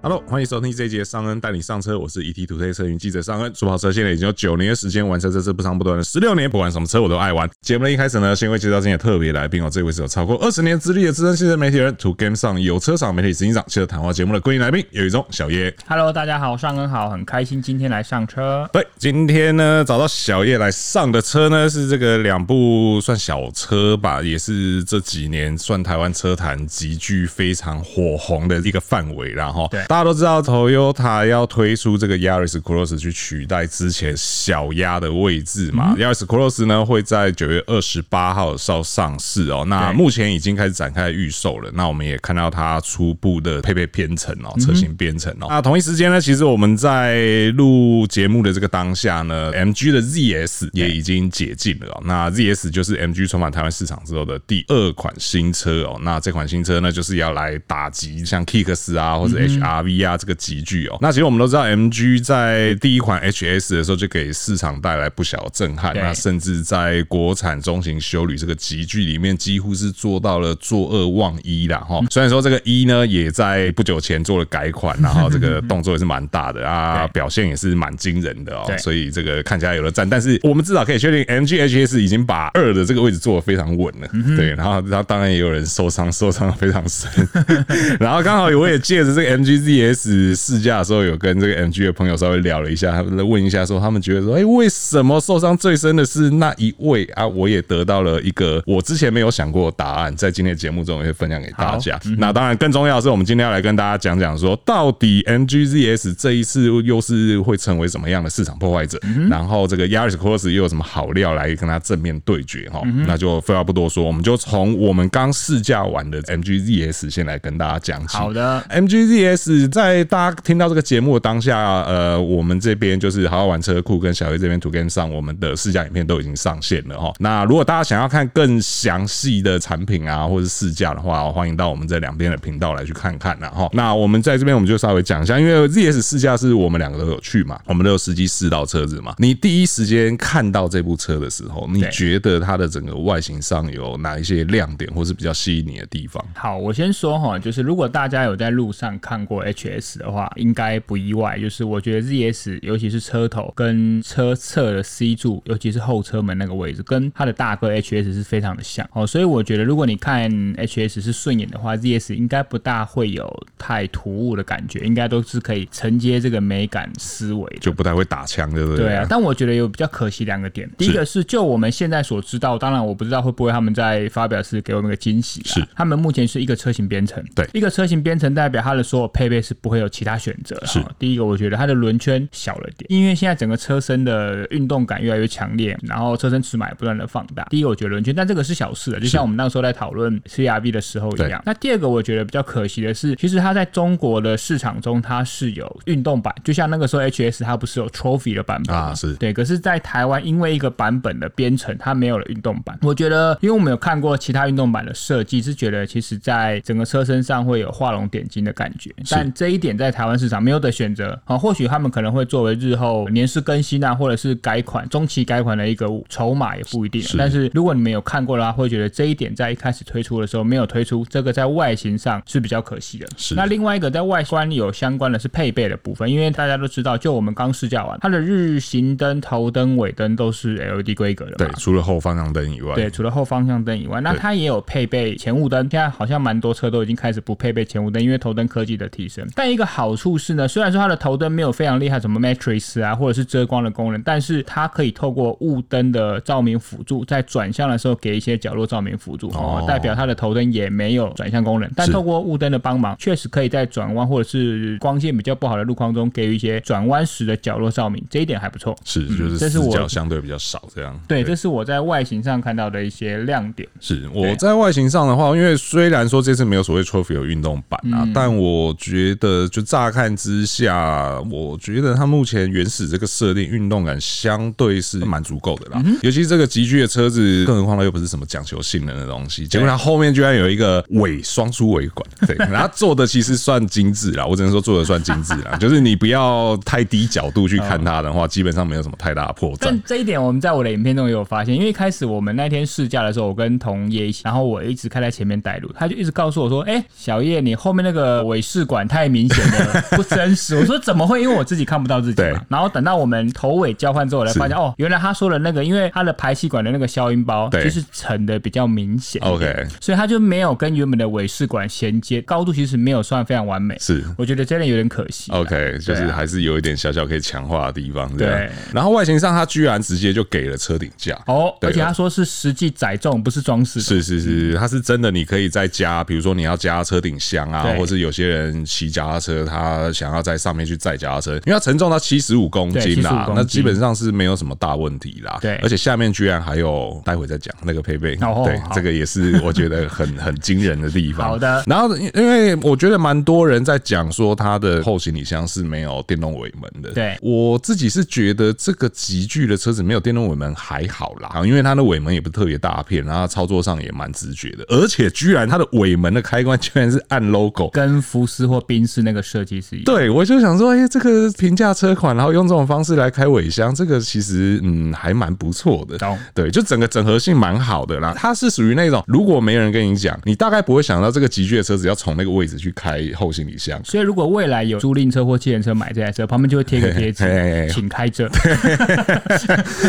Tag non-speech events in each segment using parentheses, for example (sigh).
Hello，欢迎收听这一节尚恩带你上车，我是 ETtoday 车云记者尚恩。主跑车现在已经有九年的时间，玩车这次不长不短的十六年，不管什么车我都爱玩。节目的一开始呢，先会介绍今天的特别来宾哦，这位是有超过二十年资历的资深汽车媒体人，To Game 上有车厂媒体执行长，汽车谈话节目的固定来宾，有一种小叶。 Hello，大家好，上恩好，很开心今天来上车。对，哎今天呢找到小叶来上的车呢是这个两部算小车吧，也是这几年算台湾车坛极具非常火红的一个范围啦哈。对大家都知道 Toyota 要推出这个 Yaris Cross 去取代之前小鸭的位置嗯嘛、y a r i s Cross 呢会在九月二十八号上上市哦。那对目前已经开始展开预售了，那我们也看到它初步的配备编程哦，车型编程哦。那同一时间呢，其实我们在录节目的这个当下呢，MG 的 ZS 也已经解禁了、哦。那 ZS 就是 MG 重返台湾市场之后的第二款新车哦。那这款新车呢，就是要来打击像 Kicks 啊或者 HRV 啊这个集聚哦。那其实我们都知道，MG 在第一款 HS 的时候就给市场带来不小的震撼。对那甚至在国产中型修旅这个集聚里面，几乎是做到了作恶忘一啦哈。虽然说这个一呢，也在不久前做了改款，然 (laughs) 后这个动作也是蛮大的啊，对表现也是蛮惊人的哦对。所以这个看起来有了战，但是我们至少可以确定，MGHS 已经把二的这个位置做得非常稳了。嗯对，然后然后当然也有人受伤，受伤得非常深。 (laughs) 然后刚好我也借着这个 MGZS 试驾的时候，有跟这个 MG 的朋友稍微聊了一下，他们问一下说，他们觉得说，哎、为什么受伤最深的是那一位啊？我也得到了一个我之前没有想过的答案，在今天的节目中也会分享给大家。嗯那当然更重要的是，我们今天要来跟大家讲讲说，到底 MGZS 这一次又是会成为什么样的市场破坏者？嗯然后这个 Yaris Cross 又有什么好料来跟他正面对决？嗯哈、那就废话不多说，我们就从我们刚试驾完的 MGZS 先来跟大家讲起。好的， MGZS 在大家听到这个节目的当下，呃，我们这边就是好好玩车库跟小叶这边 To Game 上，我们的试驾影片都已经上线了哈。那如果大家想要看更详细的产品啊，或者试驾的话，欢迎到我们这两边的频道来去看看啦哈。那我们在这边我们就稍微讲一下，因为 ZS 试驾是我们两个都有去嘛，我们都有实际试到车子嘛。你第一时间看到这部车的时候，你对觉得它的整个外形上有哪一些亮点，或是比较吸引你的地方？好，我先说哈，就是如果大家有在路上看过 HS 的话，应该不意外。就是我觉得 ZS，尤其是车头跟车侧的 C 柱，尤其是后车门那个位置，跟它的大哥 HS 是非常的像哦。所以我觉得，如果你看 HS 是顺眼的话，ZS 应该不大会有太突兀的感觉，应该都是可以承接这个美感思维的。就不太会打枪，对不对？对啊，但我觉得有比较可惜两个点。第一个是，就我们现在所知道，当然我不知道会不会他们在发表时给我们个惊喜啊。是他们目前是一个车型编程，对一个车型编程代表它的所有配备是不会有其他选择啦。是哦第一个，我觉得它的轮圈小了点，因为现在整个车身的运动感越来越强烈，然后车身尺码也不断的放大。第一个，我觉得轮圈，但这个是小事的，就像我们那时候在讨论 CRV 的时候一样。那第二个，我觉得比较可惜的是，其实它在中国的市场中它是有运动版，就像那个时候 HS 它不是有 Trophy 的版本啊吗是对，可是，在台湾因为一个版本的编程，它没有了运动版。我觉得，因为我们有看过其他运动版的设计，是觉得其实在整个车身上会有画龙点睛的感觉。但这一点在台湾市场没有的选择啊、或许他们可能会作为日后年式更新啊，或者是改款、中期改款的一个筹码也不一定。啊但是如果你们有看过的话，会觉得这一点在一开始推出的时候没有推出，这个在外形上是比较可惜的。是那另外一个在外观有相关的是配备的部分，因为大家都知道，就我们刚试驾完，它的日行灯、头灯、尾灯都是 LED 规格的对嘛。，除了后方向灯以外，对，除了后方向灯以外，那对它也有配备前雾灯。现在好像蛮多车都已经开始不配备前雾灯，因为头灯科技的提升。但一个好处是呢，虽然说它的头灯没有非常厉害，什么 matrix 啊，或者是遮光的功能，但是它可以透过雾灯的照明辅助，在转向的时候给一些角落照明辅助，哦哦，代表它的头灯也没有转向功能。但是透过雾灯的帮忙，确实可以在转弯或者是光线比较不好的路况中给予一些转弯时的角落照明，这一点还不错。是就是嗯这死是我角相对比较少这样。对，这是我在外形上看到的一些亮点。是我在外形上的话，因为虽然说这次没有所谓 trophy 有运动版啊，但我觉得就乍看之下，我觉得它目前原始这个设定运动感相对是蛮足够的啦。尤其是这个极具的车子，更何况它又不是什么讲求性能的东西，结果它后面居然有一个尾双出尾管，对，然后做的其实算精致啦，我只能说做的算精致啦，就是你不要太低角度去看它的话，基本上没有什么太大的破绽但。这一点我们在我的影片中也有发现，因为一开始我们那天试驾的时候，我跟同业一起，然后我一直开在前面带路，他就一直告诉我说：“哎、小叶，你后面那个尾试管太明显了，不真实。我说怎么会？因为我自己看不到自己对嘛。然后等到我们头尾交换之后，我才是发现哦，原来他说的那个，因为他的排气管的那个消音包对就是沉的比较明显。 OK，所以它就没有跟原本的尾试管衔接，高度其实没有算非常完美。是哦我觉得这点有点可惜。 OK，就是对啊还是有一点小小可以强化的地方。这样对，然后外形上，它居然直接就给了车顶架。哦，嗯对而且他说是实际载重，不是装饰的。是是是，它是真的，你可以再加，比如说你要加车顶箱啊，对或是有些人骑脚踏车，他想要在上面去载脚踏车，因为它沉重到七十五公斤对75啦公斤，那基本上是没有什么大问题啦。对而且下面居然还有，待会再讲那个配备，哦对好，这个也是我觉得很 (laughs) 很惊人的地方。好的然后因因为我觉得蛮多人在讲说它的后行李箱是没有电动尾门的，对我自己是觉得这个极具的车子没有电动尾门还好啦，因为它的尾门也不是特别大片，然后操作上也蛮直觉的，而且居然它的尾门的开关居然是按 logo。跟福斯或宾士那个设计是一样。对，我就想说，哎、这个平价车款，然后用这种方式来开尾箱，这个其实嗯还蛮不错的。懂对，就整个整合性蛮好的啦。它是属于那种如果没人跟你讲，你大概不会想到这个极具的车子要从那个位置去开后行李 (laughs) 箱。所以如果未来有租赁车或汽人车买这台车，旁边就会贴一个 (laughs) 贴嘿嘿嘿纸，嘿请开这。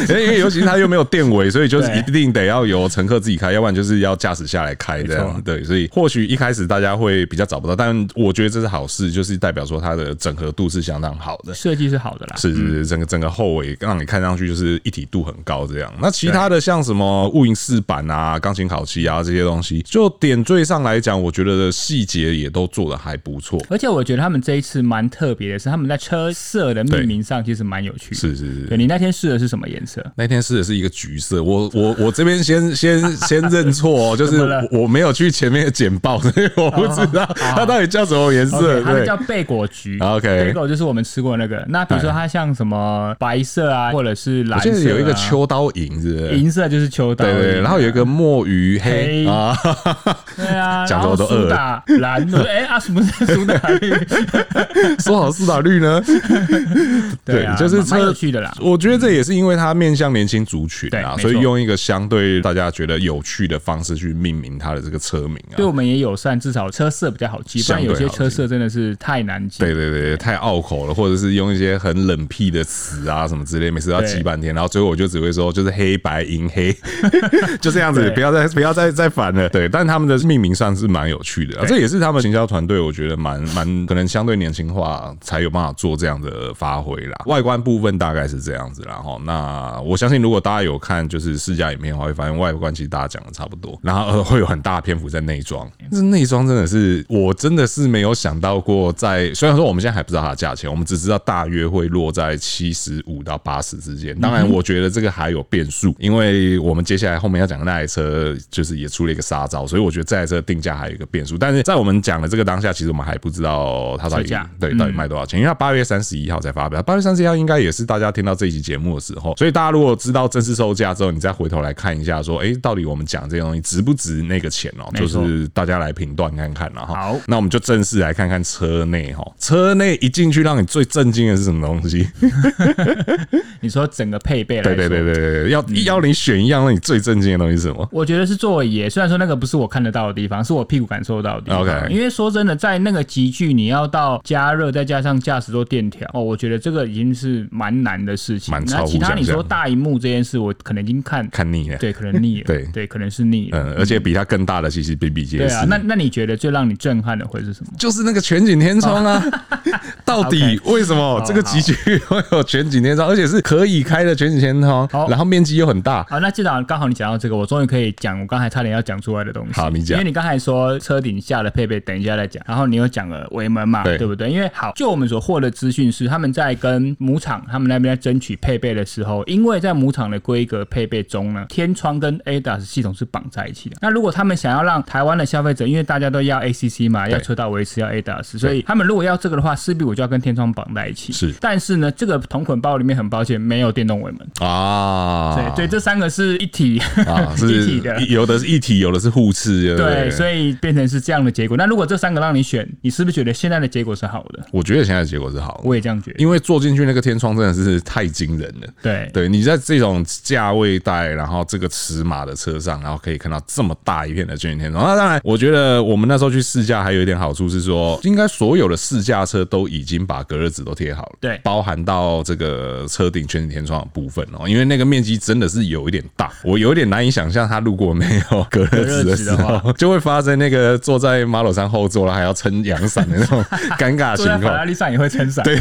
因为尤其是它又没有电尾，所以就是对一定得要由乘客自己开，要不然就是要驾驶下来开这没样错。对，所以或许一开始大家会比较找不到，但我觉得这是好事，就是代表说它的整合度是相当好的。设计是好的啦。是是是，整个整个后尾让你看上去就是一体度很高这样。那其他的像什么雾影饰板啊、钢琴烤漆啊这些东西，就点缀上来讲，我觉得细节也都做的还不错。而且我觉得他们这一次蛮特别的是，他们在车色的命名上其实蛮有趣的。是是是对，你那天试的是什么颜色？那天试的是一个橘色，我我我这边先先先认 (laughs) 错哦，就是怎么了哦我我没有去前面的简报，所以我不知道它到底叫什么颜 OK，色。对它啊们叫贝果橘。 OK 贝果就是我们吃过的那个。那比如说它像什么白色啊，或者是我蓝记色、啊，得有一个秋刀银，是不是？银色就是秋刀对鱼，对对，然后有一个墨鱼黑黑啊， (laughs) 对啊，讲得然后我都饿苏了打蓝，我说哎啊什么是苏打 (laughs) 绿？说好四打绿呢？对啊就是蛮蛮有车趣的啦我觉得这也是因为它面向年轻族群对没啊，错所以用一个相对大家觉得有趣的方式去命名它的这个车名啊对。我们也友善，至少车色比较好记，不然有些车色真的是太难记。对对对，太拗口了，或者是用一些很冷僻的词啊什么之类，每次都要对记半天，然后最后我就只会说就是黑白银黑， (laughs) 就这样子对，不要再不要再再反了。对，但他们的命名上是蛮有趣的、啊，对这也是他们行销团队我觉得蛮蛮可能相对年轻化才有办法做这样的发挥啦。外观部分大概是这样子啦，然后那我相信如果大家有看就是试驾影片的话，会发现外观其实大家讲的差不多，然后呃会有很大篇幅在内装，这内装真的是我真的是没有想到过在，虽然说我们现在还不知道它的价钱，我们只知道大约会落在七十五到八十之间，当然嗯我觉得这个还有变数，因为我们接下来后面要讲的那台车就是也出了一个杀招，所以我觉得这台车的定价还有一个变数，但是在我们讲的这个当下，其实我们还不知道它到售底价嗯对到底卖多少钱，因为它八月三十一号才发表，八月三十一号应该也是大家听到这一期节目的时候，所以大家如果知道正式售价之后，你再回头来看一下，说，哎，到底我们讲这些东西值不值那个钱哦？没就错是大家来评断看看了哈。好那我们就正式来看看车内哈，车内一进去让你最震惊的是什么东 (laughs) 西？你说整个配备来对说，对对对对，对要嗯要你选一样让你最震惊的东西是什么？我觉得是座椅耶，虽然说那个不是我看得到的地方，是我屁股感受到的地方。 OK 因为说真的，在那个集距，你要到加热，再加上驾驶座电调，哦，我觉得这个已经是蛮难的事情。蛮那超乎其他想你说象大荧幕这件事，我可能已经看，看腻了，，对，可能腻了，对对，可能是腻了。嗯，而且比它更大的其实比比皆对是啊，。那那你觉得最让你震撼的会是什么？就是那个全景天窗啊， (laughs) 到底为什么这个哦好集具 (laughs) 会有全景天窗，而且是可以开的全景天窗好，然后面积又很大，好，那既然刚好你讲到这个，我终于可以讲我刚才差点要讲出来的东西。好你讲因为你刚才说车顶下的配备，等一下再讲。然后你又讲了尾门嘛，对不对？因为好，就我们所获得资讯是，他们在跟母厂他们那边在争取配备的时候，因为在母厂的规格配备中呢，天窗跟 ADAS 系统是绑在一起的。那如果他们想要让台湾的消费者，因为大家都要 ACC 嘛，要车道维持，要 ADAS，所以他们如果要这个的话，势必我就就要跟天窗绑在一起。是但是呢，这个同捆包里面很抱歉没有电动尾门。啊，对对，这三个是一体 (laughs) 啊，一是体的。有的是一体，有的是互斥，对不对，对？所以变成是这样的结果。那如果这三个让你选，你是不是觉得现在的结果是好的？我觉得现在的结果是好的，我也这样觉得。因为坐进去那个天窗真的是太惊人了。对，对你在这种价位带，然后这个尺码的车上，然后可以看到这么大一片的卷天窗。那当然，我觉得我们那时候去试驾还有一点好处是说，应该所有的试驾车都已经把隔热纸都贴好了，对包含到这个车顶全景天窗的部分哦，因为那个面积真的是有一点大，我有点难以想象它如果没有隔热纸的时隔热纸的候，就会发生那个坐在马鲁山后座了还要撑阳伞的那种尴尬 (laughs) 情坐在法况拉。利上也会撑伞。对，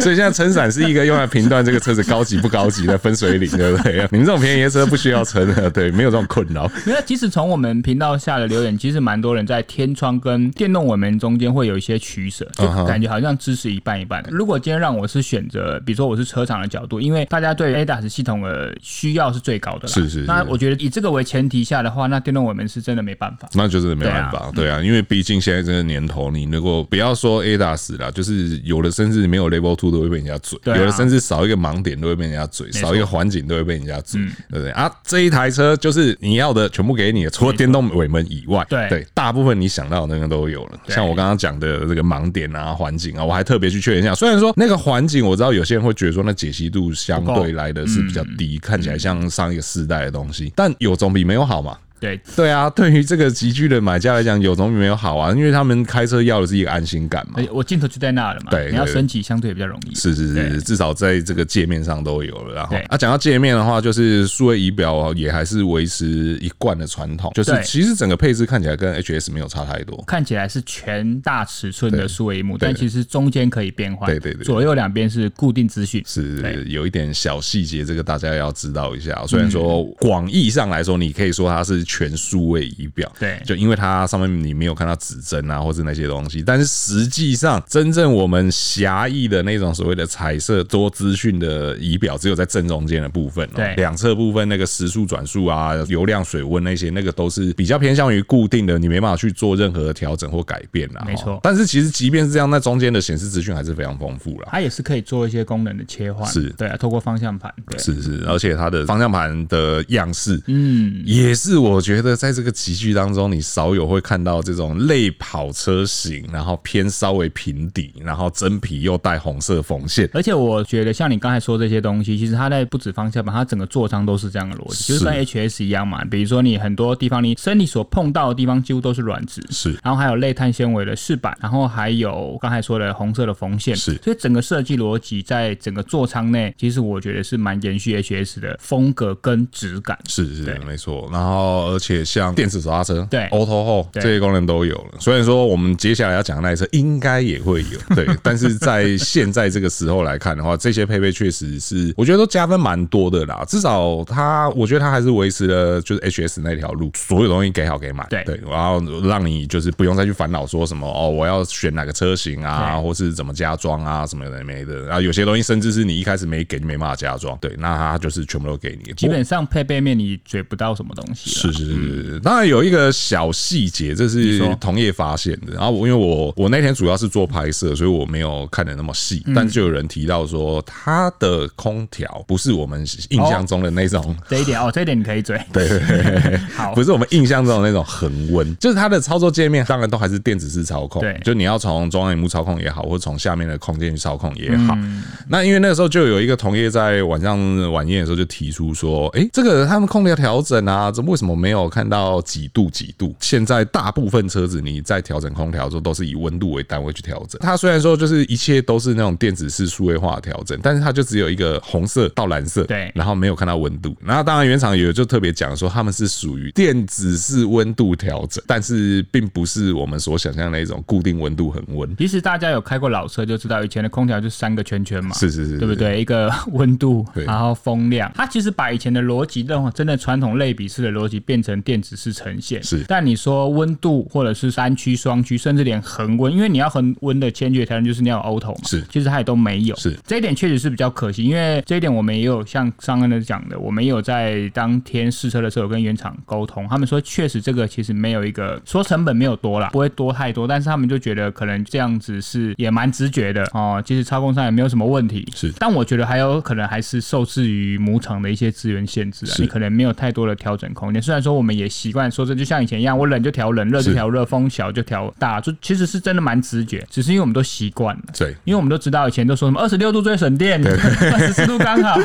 所以现在撑伞是一个用来评断这个车子高级不高级的分水岭，对不对？你们这种便宜的车不需要撑的，对，没有这种困扰。 (laughs) 因为其实从我们频道下的留言，其实蛮多人在天窗跟电动尾门中间会有一些取舍，就嗯哼感觉好像支持一半一半。如果今天让我是选择，比如说我是车厂的角度，因为大家对 ADAS 系统的需要是最高的啦。是是是那我觉得以这个为前提下的话，那电动尾门是真的没办法。那就是没办法，对啊，因为毕竟现在这个年头，你如果不要说 ADAS 啦，就是有的甚至没有 Level Two 都会被人家嘴，对啊有的甚至少一个盲点都会被人家嘴，错嗯少一个环景都会被人家嘴，对不对？啊，这一台车就是你要的全部给你，除了电动尾门以外，对对，大部分你想到的那个都有了。对像我刚刚讲的这个盲点啊、环境啊，我还特别去确认一下。虽然说那个环境，我知道有些人会觉得说那解析度相不够嗯对来的是比较低，看起来像上一个世代的东西，但有总比没有好嘛。对，对啊，对于这个集聚的买家来讲，有总比没有好啊，因为他们开车要的是一个安心感嘛而。且哎我镜头就在那了嘛，对你要对升级相对比较容易。是是对是，至少在这个界面上都有了。然后对啊，讲到界面的话，就是数位仪表哦也还是维持一贯的传统，就是对其实整个配置看起来跟 HS 没有差太多。看起来是全大尺寸的数位荧幕，对但其实中间可以变换，对对对左右两边是固定资讯，是对嗯有一点小细节，这个大家要知道一下哦。虽然说广义上来说，你可以说它是全数位仪表，对就因为它上面你没有看到指针啊，或是那些东西，但是实际上真正我们狭义的那种所谓的彩色多资讯的仪表，只有在正中间的部分、哦，对两侧部分那个时速、转速啊、油量、水温那些，那个都是比较偏向于固定的，你没办法去做任何的调整或改变啦。没错哦但是其实即便是这样，那中间的显示资讯还是非常丰富啦。它也是可以做一些功能的切换，是对啊，透过方向盘，对，是是，而且它的方向盘的样式，嗯，也是我觉得在这个集聚当中，你少有会看到这种类跑车型，然后偏稍微平底，然后真皮又带红色缝线。而且我觉得像你刚才说这些东西，其实它在不止方向盘，它整个座舱都是这样的逻辑，是就是跟 HS 一样嘛。比如说你很多地方，你身体所碰到的地方几乎都是软质，是然后还有类碳纤维的饰板，然后还有刚才说的红色的缝线，是所以整个设计逻辑在整个座舱内，其实我觉得是蛮延续 HS 的风格跟质感。是是对没错，然后而且像电子手刹车、对 Auto Hold 对这些功能都有了。虽然说我们接下来要讲的那一车应该也会有， (laughs) 对，但是在现在这个时候来看的话，这些配备确实是我觉得都加分蛮多的啦。至少它，我觉得它还是维持了就是 HS 那条路，所有东西给好给满，对对，然后让你就是不用再去烦恼说什么哦，我要选哪个车型啊，对或是怎么加装啊，什么的没的。然后有些东西甚至是你一开始没给，你没办法加装，对，那它就是全部都给你。基本上配备面你嘴不到什么东西了。是是是是，当然有一个小细节，这是说同业发现的。然后我因为我我那天主要是做拍摄，所以我没有看的那么细，但就有人提到说，它的空调不是我们印象中的那种。这一点哦，这一点你可以嘴。对，好，不是我们印象中的那种恒温，就是它的操作界面，当然都还是电子式操控，对就你要从中央屏幕操控也好，或从下面的空间去操控也好。嗯那因为那个时候就有一个同业在晚上晚宴的时候就提出说，诶，这个他们空调调整啊，这为什么没有看到几度几度？现在大部分车子你在调整空调的时候都是以温度为单位去调整。它虽然说就是一切都是那种电子式数位化的调整，但是它就只有一个红色到蓝色，对然后没有看到温度。然后当然原厂也有就特别讲说他们是属于电子式温度调整，但是并不是我们所想象的那种固定温度恒温。其实大家有开过老车就知道，以前的空调就三个圈圈嘛，是是是，啊对不？(laughs) 对？一个温度对，然后风量，它其实把以前的逻辑，让真的传统类比式的逻辑，变成电子式呈现。是但你说温度或者是单区、双区，甚至连恒温，因为你要恒温的先决条件就是你要有 auto 嘛，是其实它也都没有。是这一点确实是比较可惜，因为这一点我们也有像上恩的讲的，我们也有在当天试车的时候有跟原厂沟通，他们说确实这个其实没有一个说成本没有多啦，不会多太多，但是他们就觉得可能这样子是也蛮直觉的哦，其实操控上也没有什么问题。是但我觉得还有可能还是受制于母厂的一些资源限制啊，是你可能没有太多的调整空间。虽然说我们也习惯说这就像以前一样，我冷就调冷，热是就调热，风小就调大，就其实是真的蛮直觉，只是因为我们都习惯了。对，因为我们都知道以前都说什么二十六度最省电， (laughs) 二十四度刚好，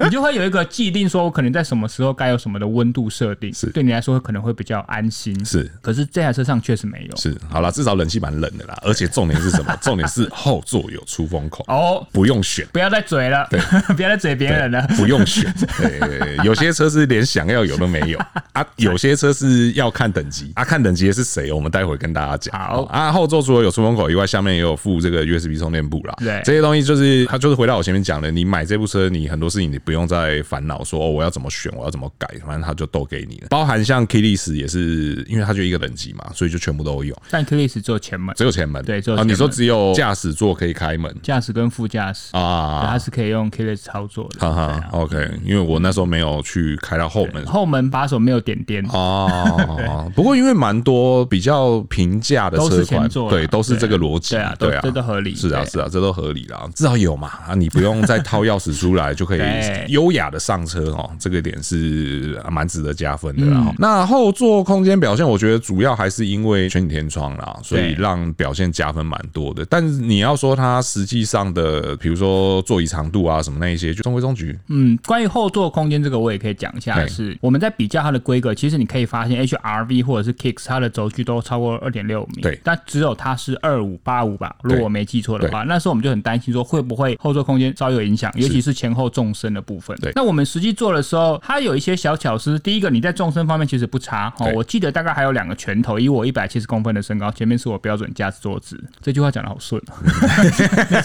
你就会有一个既定说，我可能在什么时候该有什么的温度设定是，对你来说可能会比较安心。是可是这台车上确实没有。是，好啦，至少冷气蛮冷的啦，而且重点是什 (laughs) 么？重点是后座有出风口，哦，不用选。不要再嘴了， (laughs) 不要再嘴别人了。 (laughs) 不用选，对，有些车是连想要有都没有啊，有些车是要看等级啊，看等级的是谁，我们待会跟大家讲。好啊，后座除了有出风口以外，下面也有附这个 USB 充电部啦。对这些东西就是它就是回到我前面讲的，你买这部车，你很多事情你不用再烦恼说哦，我要怎么选，我要怎么改，反正它就都给你了。包含像 k i l i s 也是，因为它就一个等级嘛，所以就全部都有，但 k l i s 只有前门只有前门。对只有啊，你前说门只有驾驶座可以开门驾驶跟副驾驶，啊？它是可以用 k l i s 操作的。哈哈，OK，因为我那时候没有去开到后门，后门把手没有点点，哦，不过因为蛮多比较平价的都车是款前，座啦对，都是这个逻辑，对啊都啊，这都合理是啊，对是啊，这都合理啦，至少有嘛，啊，你不用再掏钥匙出来就可以 (laughs) 对优雅的上车哦，这个点是啊蛮值得加分的啦。嗯哦那后座空间表现，我觉得主要还是因为全景天窗啦，所以对让表现加分蛮多的。但是你要说它实际上的，比如说座椅长度啊什么那一些，就中规中矩， (laughs) 嗯，关于后座空间这个，我也可以讲一下嘿是，我们在比较它的规格，其实你可以发现 HRV 或者是 Kicks 它的轴距都超过二点六米，对但只有它是二五八五吧，如对果我没记错的话，那时候我们就很担心说会不会后座空间稍有影响，尤其是前后纵深的部分。对那我们实际做的时候，它有一些小巧思。第一个，你在纵深方面其实不差哦对，我记得大概还有两个拳头，以我一百七十公分的身高，前面是我标准驾驶坐姿。这句话讲的好 (laughs) 顺、哦， (laughs) 每次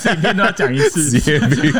影片都要讲一次，职业 (laughs) 病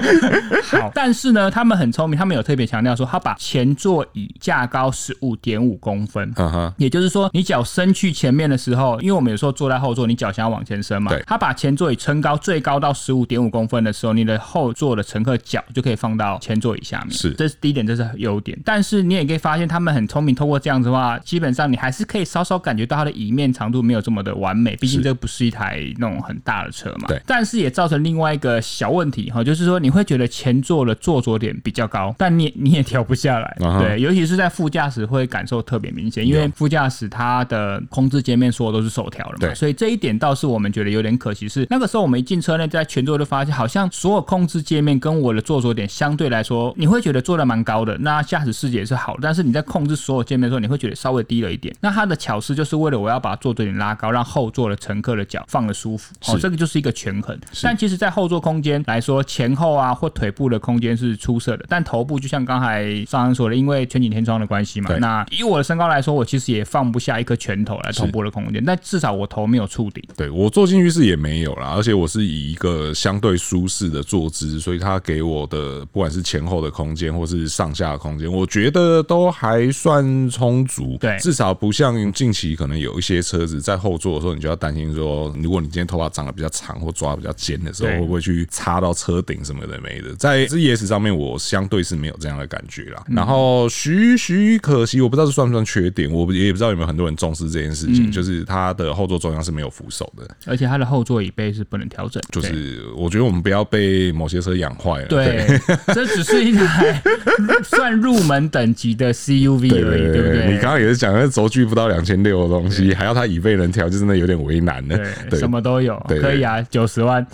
好，但是呢，他们很聪明，他们有特别强调说，他把前座椅架高十五点五公分。哈哈，也就是说，你脚伸去前面的时候，因为我们有时候坐在后座，你脚想要往前伸嘛对，他把前座椅撑高最高到十五点五公分的时候，你的后座的乘客脚就可以放到前座椅下面。是这是第一点，这是优点。但是你也可以发现，他们很聪明，通过这样子的话，基本上你还是可以稍稍感觉到它的椅面长度没有这么的完美，毕竟这不是一台那种很大的车嘛。对但是也造成另外一个小问题哈，就是说你会觉得前座的坐着点比较高，但你也你也调不下来。啊哈对，尤其是在副驾驶会感受特别明显，因为副驾驶它的控制界面所有都是手调的对嘛，所以这一点倒是我们觉得有点可惜是。那个时候我们一进车内，在前座就发现，好像所有控制界面跟我的坐着点相对来说，你会觉得坐的蛮高的，那驾驶视野是好的，但是你在控制所有界面的时候，你会觉得稍微低了一点。那它的巧思就是为了我要把坐着点拉高，让后座的乘客的脚放得舒服。哦，是这个就是一个权衡。但其实，在后座空间来说，前后啊或腿部的空间是出色的，但头部就像刚才上恩说的，因为全景天窗的关系嘛对，那以我的身高来说，我其实也放不下一颗拳头来头部的空间，但至少我头没有触顶。对我坐进去是也没有啦，而且我是以一个相对舒适的坐姿，所以它给我的不管是前后的空间或是上下的空间，我觉得都还算充足。对至少不像近期可能有一些车子在后座的时候，你就要担心说，如果你今天头发长得比较长或抓得比较尖的时候，对会不会去插到车顶什么的没的？在 ZS 上面，我相对是没有这样的感觉啦。然后许许可惜，我不知道这算不算缺点，我也不知道有没有很多人重视这件事嗯情，就是它的后座中央是没有扶手的。而且它的后座椅背是不能调整，就对是我觉得我们不要被某些车养坏了。对，这只是一台 (laughs) 算入门等级的 CUV 对而已，对对不对，你刚刚也是讲那轴距不到两千六的东西，还要它椅背能调，就真的有点为难了。对，什么都有，对对可以啊，九十万，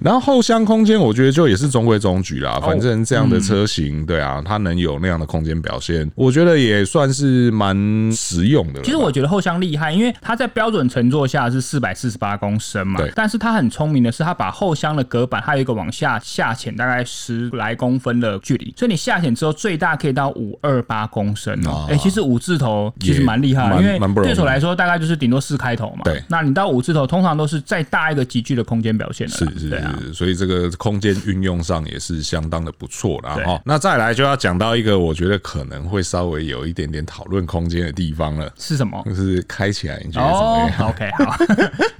然后后箱空间，我觉得就也是中规中矩哦啦。反正这样的车嗯型，对啊，它能有那样的空间表现，我觉得也算是蛮实用的了吧。其实我觉得后箱厉害，因为它在标准乘坐下是四百四十八公升嘛对，但是它很聪明的是，它把后箱的隔板还有一个往下下潜大概十来公分的距离，所以你下潜之后最大可以到五二八公升啊。哦哎、其实五字头其实也蛮厉害的，蛮因为蛮不容易对手来说大概就是顶多四开头嘛。对那你到五字头通常都是再大一个集距的空间表现了啦。是是对啊。是，所以这个空间运用上也是相当的不错啦。对哦，那再来就要讲到一个我我觉得可能会稍微有一点点讨论空间的地方了，是什么？就是开起来你觉得怎么哦、样？ o k 好，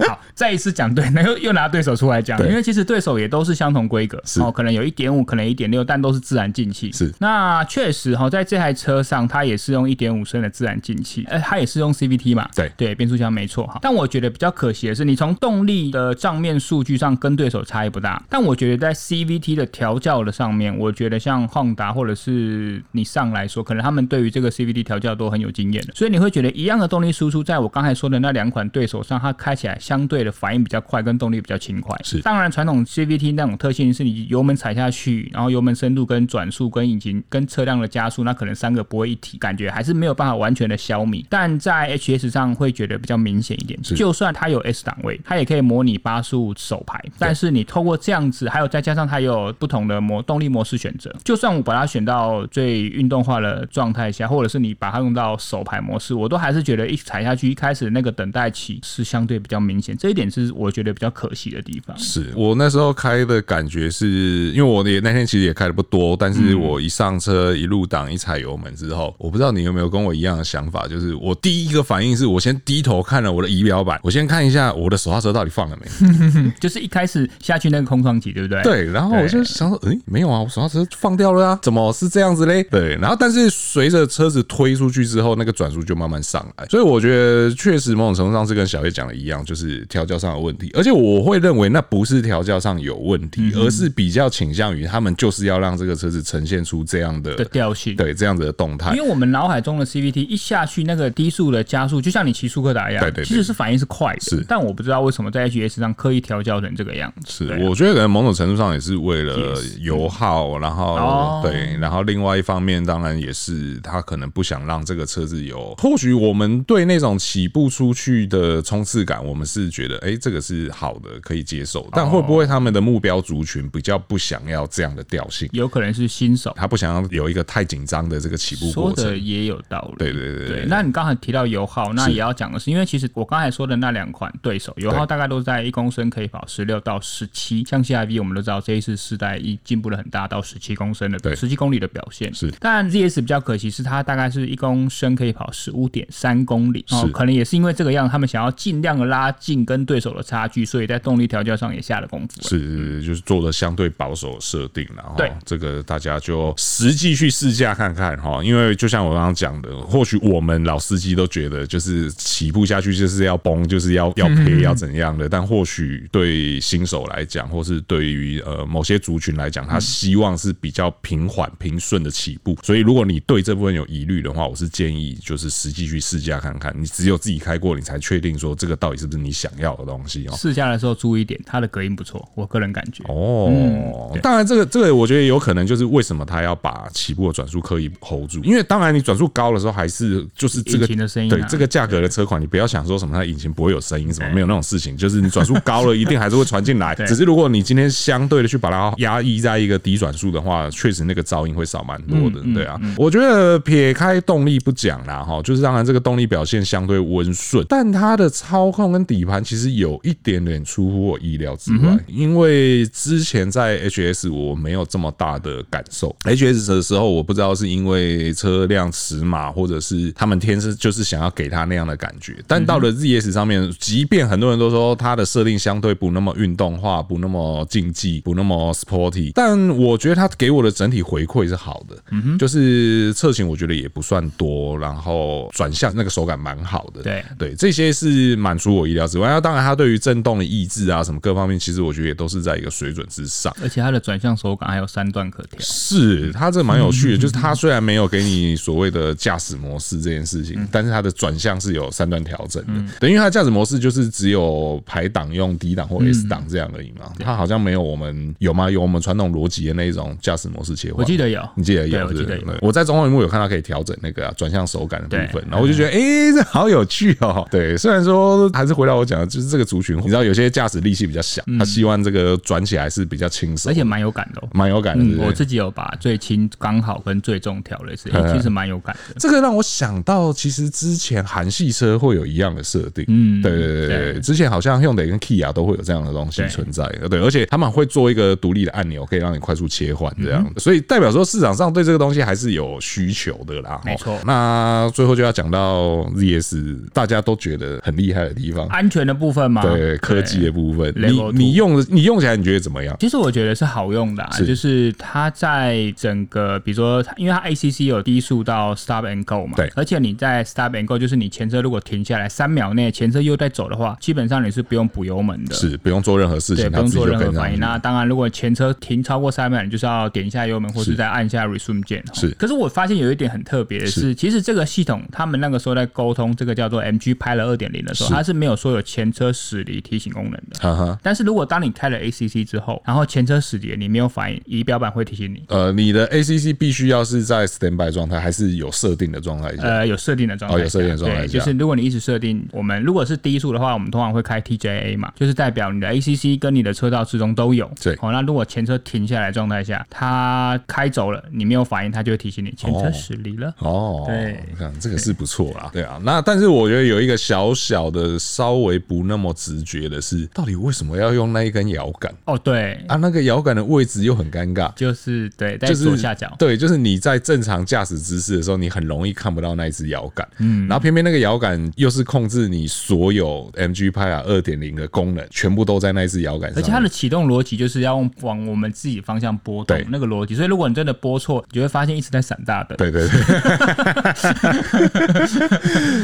(laughs) 好，再一次讲对，然后又 (laughs) 拿对手出来讲，对因为其实对手也都是相同规格，哦，可能有一点五，可能一点六，但都是自然进气。是，那确实哈、哦，在这台车上，它也是用一点五升的自然进气，呃，它也是用 CVT 嘛，对对，变速箱没错哈。但我觉得比较可惜的是，你从动力的账面数据上跟对手差异不大，但我觉得在 CVT 的调教的上面，我觉得像 Honda 或者是你上来说，可能他们对于这个 CVT 调教都很有经验的，所以你会觉得一样的动力输出，在我刚才说的那两款对手上，它开起来相对的反应比较快，跟动力比较轻快。是当然传统 CVT 那种特性是你油门踩下去，然后油门深度跟转速跟引擎跟车辆的加速，那可能三个不会一体，感觉还是没有办法完全的消弭。但在 HS 上会觉得比较明显一点，就算它有 S 档位，它也可以模拟八速手排，但是你透过这样子，还有再加上它有不同的模动力模式选择，就算我把它选到最运动化的状态下，或者是你把它用到手排模式，我都还是觉得一踩下去一开始那个等待期是相对比较明显，这一点是我觉得比较可惜的地方。是我那时候开的感觉是，因为我也那天其实也开的不多，但是我一上车一入档一踩油门之后，我不知道你有没有跟我一样的想法，就是我第一个反应是我先低头看了我的仪表板，我先看一下我的手刹车到底放了没。就是一开始下去那个空窗期，对不对？，对，然后我就想说，诶，没有啊，我手刹车放掉了啊，怎么是这样子嘞？对，然后但是随着车子推出去之后，那个转速就慢慢上来，所以我觉得确实某种程度上是跟小叶讲的一样，就是调教上的问题，而且我会认为那不是调教上有问题，而是比较倾向于他们就是要让这个车子呈现出这样的的调性。对这样子的动态因。为我们脑海中的 CVT 一下去，那个低速的加速，就像你骑舒克达一样，对对对其实是反应是快的。是但我不知道为什么在 HS 上刻意调教成这个样子。是对啊，我觉得可能某种程度上也是为了 Yes 油耗，然哦后对，然后另外一方面当然也是他可能不想让这个车子哦有，或许我们对那种起步出去的冲刺感，我们是觉得哎、诶这个是好的，可以接受，但会不会他们的目标族群比较不想要这样的调性？有可能是新手，他不想要有一个太紧张的这个起步说过的程，也有道理。对对对对对，那你刚才提到油耗，那也要讲的是，因为其实我刚才说的那两款对手油耗大概都在一公升可以跑十六到十七，像 CIV 我们都知道这一次世代一进步了很大，到十七公升的对十七公里的表现是但 ZS 比较可惜是它大概是一公升可以跑十五点三公里，哦是，可能也是因为这个样，他们想要尽量的拉近跟对手的差距，所以在动力调教上也下了功夫。是是是就是做的相对保守的设定啦，然对后这个大家就实际去试驾看看哈，因为就像我刚刚讲的，或许我们老司机都觉得就是起步下去就是要崩，就是要要嗯赔要怎样的，但或许对新手来讲，或是对于呃某些族群来嗯讲，他希望是比较平缓平顺的起步，所以如果你对这部分有疑虑的话，我是建议就是实际去试驾看看，你只有自己开过，你才确定说这个到底是不是你想要的东西哦。试驾的时候注意一点，它的隔音不错，我个人感觉。哦，当然，这个这个，我觉得有可能就是为什么他要把起步的转速刻意 hold 住，因为当然你转速高的时候，还是就是这个引擎的声音啊对这个价格的车款，你不要想说什么它引擎不会有声音，什么没有那种事情，就是你转速高了，一定还是会传进来。只是如果你今天相对的去把它压抑在一个低转速的话，确实那个噪音会少蛮多的，对啊。我觉得撇开动力不讲啦，哈，就是当然这个动力表现相对温顺，但它的操控跟底盘其实有一点点出乎我意料之外，因为之前在 HS 我没有这么大的感受，HS 的时候我不知道是因为车辆尺码或者是他们天生就是想要给他那样的感觉，但到了 ZS 上面，即便很多人都说它的设定相对不那么运动化，不那么竞技，不那么 sporty，但我觉得它给我的整体回馈是好的，就是侧倾我觉得也不算多，然后转向那个手感蛮好的，对对，这些是满足我意料之外。那当然，它对于震动的抑制啊什么各方面，其实我觉得也都是在一个水准之上。而且它的转向手感还有三段可调，是，哦它这蛮有趣嗯的，就是它虽然没有给你所谓的驾驶模式这件事情，嗯但是它的转向是有三段调整的。等于它的驾驶模式就是只有排档用 D 档或嗯 S 档这样而已嘛，它好像没有我们有吗？有我们传统逻辑的那一种驾驶模式切换。我记得有，你记得有对，我是不记是得有。对我在中控屏幕有看到可以调整那个啊转、向手感的部对 (laughs) 分，然后我就觉得，哎、这好有趣哦。对，虽然说还是回到我讲的，就就是这个族群，你知道有些驾驶力气比较小，他希望这个转起来是比较轻松，嗯而且蛮有感的、哦。蛮有感的。对嗯，不对我自己有把最轻刚好跟最重调了 (laughs) 一次，嗯其实蛮有感的。这个让我想到，其实之前韩系车会有一样的设定，嗯，对对对对，对之前好像 Hyundai 跟 Kia 都会有这样的东西对存在，对，而且他们会做一个独立的按钮，可以让你快速切换这嗯样，所以代表说市场上对这个东西还是有需求的啦，没哦错那最后就要讲到 ZS，大家都觉得很厉害的地方，安全的部分嘛，对科技的部分，啊 Level 你 two 你用的你用起来你觉得怎么样？其实我觉得是好用的、啊，是就是它在整个，比如说，因为它 ACC 有低速到 stop and go 嘛，对而且你在 stop and go，就是你前车如果停下来三秒内，前车又在走的话，基本上你是不用补油门的，是不用做任何事对，情，不它用自己做就任何跟上反去应。那当然，如果前车停超过三秒，你就是要点一下油门，或是是再按一下 resume 键。是可是我发现有一点很特别的是，是其实这个系统他们那个时候在沟通这个叫做 MG 拍了二点零的时候，是它是没有说有前车驶离提醒功能的。哈哈。但是如果当你开了 ACC 之后，然后前车驶离你没有反应，仪表板会提醒你。呃，你的 ACC 必须要是在 standby 状态，还是有设定的状态下？呃，有设定的状态哦下，有设定的状态对，下就是如果你一直设定，我们如果是低速的话，我们通常会开 TJA 嘛，就是代表你的 ACC 跟你的车道之中都有。对哦，那如果前车停下来的状态下，它开走了，你没有反应，它就会提醒你前车驶离了。哦，对这样这个是不错啦，对啊。那但是我觉得有一个小小的、稍微不那么直觉的是，到底为什么要用那一根摇杆哦，对，啊？那个摇杆的位置又很尴尬。就是对，在就是左下角。对，就是你在正常驾驶姿势的时候，你很容易看不到那一只摇杆，嗯，然后偏偏那个摇杆又是控制你所有 MG 派啊二点零的功能，全部都在那一只摇杆上面，而且它的启动逻辑就是要用往我们自己方向波动对那个逻辑，所以如果你真的拨错，你就会发现一直在闪大灯。对对 (laughs) 对。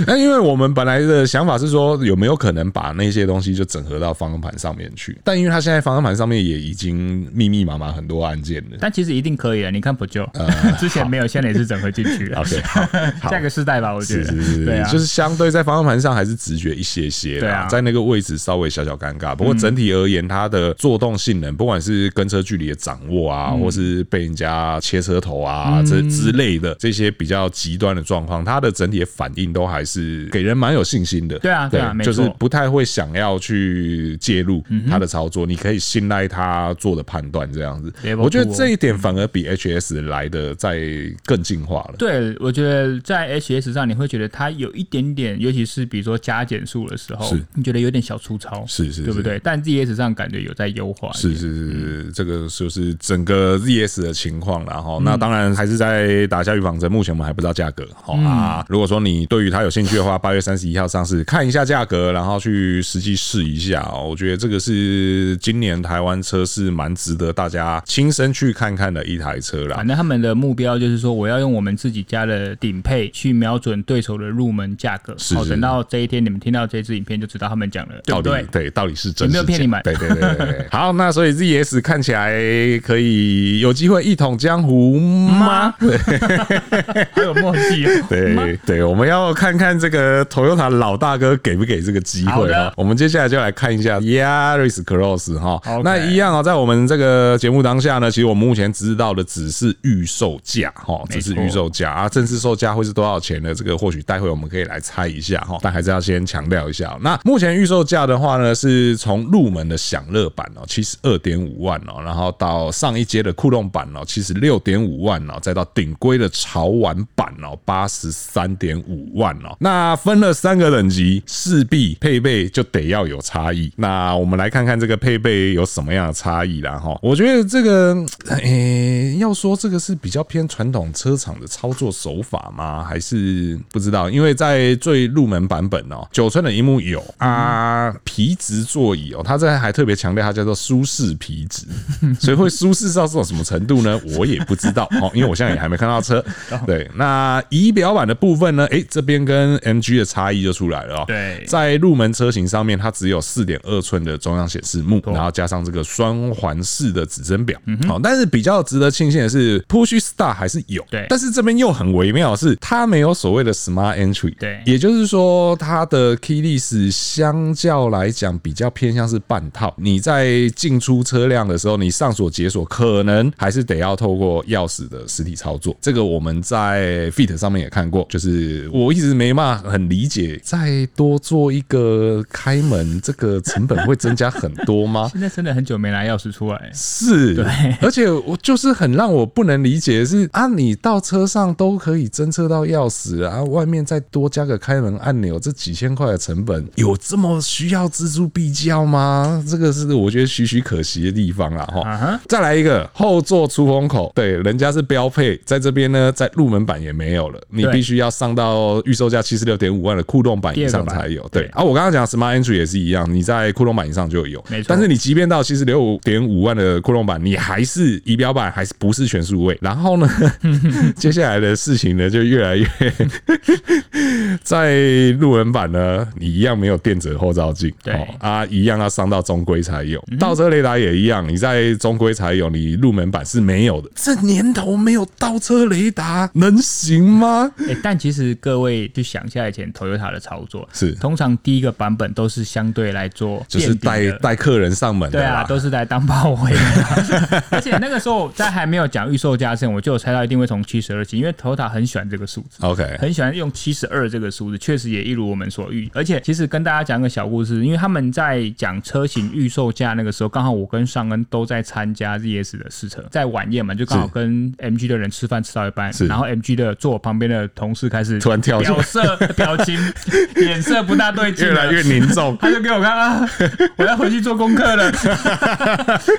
那因为我们本来的想法是说，有没有可能把那些东西就整合到方向盘上面去？但因为它现在方向盘上面也已经密密麻麻很多按键了。但其实一定可以的，你看不就、 (laughs) 之前没有，现在也是整合进去了。 OK，好，好下个世代吧，我觉是是得是，对啊，就是相对在方向盘上还是直觉一些些对啦，啊嗯在那个位置稍微小小尴尬。不过整体而言，它的做动性能，不管是跟车距离的掌握啊，嗯或是被人家切车头啊这之类的这些比较极端的状况，它的整体的反应都还是给人蛮有信心的。对啊对啊没就错嗯是不太会想要去介入它的操作，你可以信赖它做的判断这样子。 Level 我觉得 two 哦这一点反而比 HS 来的再更进化了。对，我觉得在 HS 上，你会觉得它有一点点，尤其是比如说加减速的时候是，你觉得有点小粗糙，是是是对不对？但 ZS 上感觉有在优化，是，是是，嗯是，这个就是整个 ZS 的情况啦。哈。那当然还是在打下预防针，目前我们还不知道价格。好嗯啊，如果说你对于它有兴趣的话，八月三十一号上市，看一下价格，然后去实际试一下哦。我觉得这个是今年台湾车市蛮值得大家亲身去看看的一台车啦反。正他们的目标就是说，我要用我们自己家的顶配去瞄准对手的入门价格。是好，是等到这一天你们听到这支影片，就知道他们讲的对到不底对？ (laughs) 到底是真是有没有骗假你们对对对对对。好，那所以 ZS 看起来可以有机会一统江湖吗？ (laughs) 好有默契哦。 (laughs) 对对，我们要看看这个 Toyota 老大哥给不给这个机好会的哈。我们接下来就来看一下 Yaris Cross 哈。 OK 那一样啊，在我们这个节目当下呢，其实我们目前知道的只是预售价哈，只是没错预售价啊，正式售价会是多少钱呢？这个或许待会我们可以来猜一下嗯哈，但还是要先强调一下。那目前预售价的话呢，是从入门的享乐版哦，七十二点五万哦，然后到上一阶的酷动版哦，七十六点五万哦，再到顶规的潮玩版哦，八十三点五万哦。那分了三个等级，势必配备就得要有差异。那我们来看看这个配备有什么样的差异啦哈。我觉得这个，诶、要说这个是比较偏传统车厂的操作手法吗？还是不知道？因为在最入门版本哦，九寸的荧幕有啊，皮质座椅哦，它这还特别强调它叫做舒适皮质，所以会舒适到这种什么程度呢？我也不知道 (laughs) 哦，因为我现在也还没看到车。对，那仪表板的部分呢？诶、这边跟 MG 的差异就出来了哦。对在入门车型上面，它只有四点二嗯寸的中央显示幕，然后加上这个双环式的指针表。好、但是比较值得庆庆幸的是，Push Star 还是有，对但是这边又很微妙，是它没有所谓的 Smart Entry，对也就是说它的 Key List 相较来讲比较偏向是半套，你在进出车辆的时候，你上锁解锁可能还是得要透过钥匙的实体操作，这个我们在 Fit 上面也看过，就是我一直没办法很理解，再多做一个开门，这个成本会增加很多吗？现在真的很久没拿钥匙出来，是，对而且我就是很让我不能理解的是啊，你到车上都可以侦测到钥匙啊，外面再多加个开门按钮，这几千块的成本有这么需要锱铢必较吗？这个是我觉得许许可惜的地方啦哈。啊哈再来一个后座出风口，对，人家是标配，在这边呢，在入门版也没有了，你对必须要上到预售价七十六点五万的酷动版以上第二个版才有。对对啊，我刚刚讲 Smart Entry 也是一样，你在酷动版以上就有，没错但是你即便到七十六点五万的酷动版，你还是仪表板还是不是全数位。然后 (laughs) 呢，接下来的事情呢就越来越 (laughs) 在入门版呢，你一样没有电子后照镜，对嗯啊，一样要上到中规才有，倒车雷达也一样，你在中规才有，你入门版是没有的。这年头没有倒车雷达能行吗？欸但其实各位去想一下以前 Toyota 的操作，是通常第一个版本都是相对来做就是垫底带的带客人上门的对啊，啦，都是来当炮灰的。 (laughs) 而且那个时候在还没有讲预售价之前，我就有猜到一定会从七十二起，因为 Toyota 很喜欢这个数字。 OK，很喜欢用七十二这个数字，确实也一如我们所预。而且，其实跟大家讲个小故事，因为他们在讲车型预售价那个时候，刚好我跟尚恩都在参加 ZS 的试车，在晚宴嘛，就刚好是跟 MG 的人吃饭吃到一半是，然后 MG 的坐我旁边的同事开始突然跳起来表色表情脸色不大对劲越了，来越凝重。他就给我看啊，我要回去做功课了。 (laughs)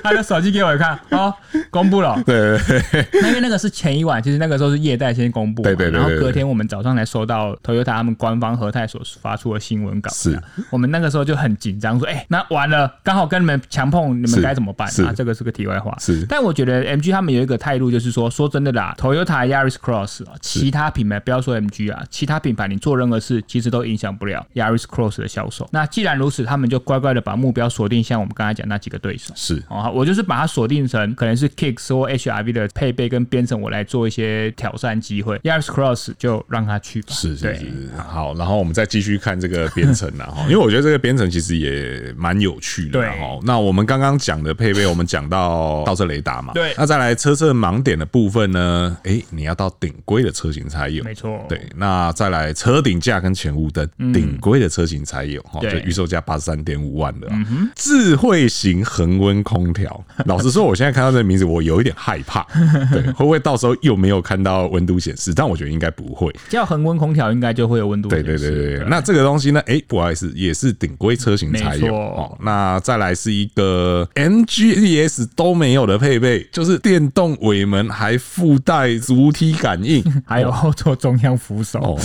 他的手机给我看，哦，公布了。 (laughs) 对对对那因为那个是前一晚，其实那个时候是业代先公布嘛，对对对对然后隔天我们早上才收到 Toyota 他们官方和泰所发出的新闻稿。是这样，我们那个时候就很紧张，说，哎、那完了，刚好跟你们强碰，你是们该怎么办是啊？这个是个题外话。是但我觉得 MG 他们有一个态度，就是说，说真的啦，Toyota Yaris Cross，啊其他品牌不要说 MG 啊，其他品牌你做任何事，其实都影响不了 Yaris Cross 的销售。那既然如此，他们就乖乖的把目标锁定，像我们刚才讲那几个对手。是哦，我就是把它锁定成可能是 Kicks 或 HRV 的配备跟编程，我来做一些挑战机会。Yaris Cross 就让他去吧。是是对是，好，然后我们再继续看这个编程啦哈，因为我觉得这个编程其实也蛮有趣的啦对哈。那我们刚刚讲的配备，我们讲到倒车雷达嘛，对那再来车侧盲点的部分呢，诶，你要到顶规的车型才有，没错对，那再来车顶架跟前雾灯，顶规的车型才有哈，就对嗯预售价八十三点五万的智慧型恒温空 (laughs) 调。老实说，我现在看到这个名字，我有一点害怕，对，会不会到时候又没有看到温度显示？但我觉得应该不 (laughs) 会。叫恒温空调应该就会有温度对显对示。对对对，那这个东西呢，哎、不好意思，也是顶规车型才没有错哦。那再来是一个 MGES 都没有的配备，就是电动尾门还附带足体感应，还有后座中央扶手，哦，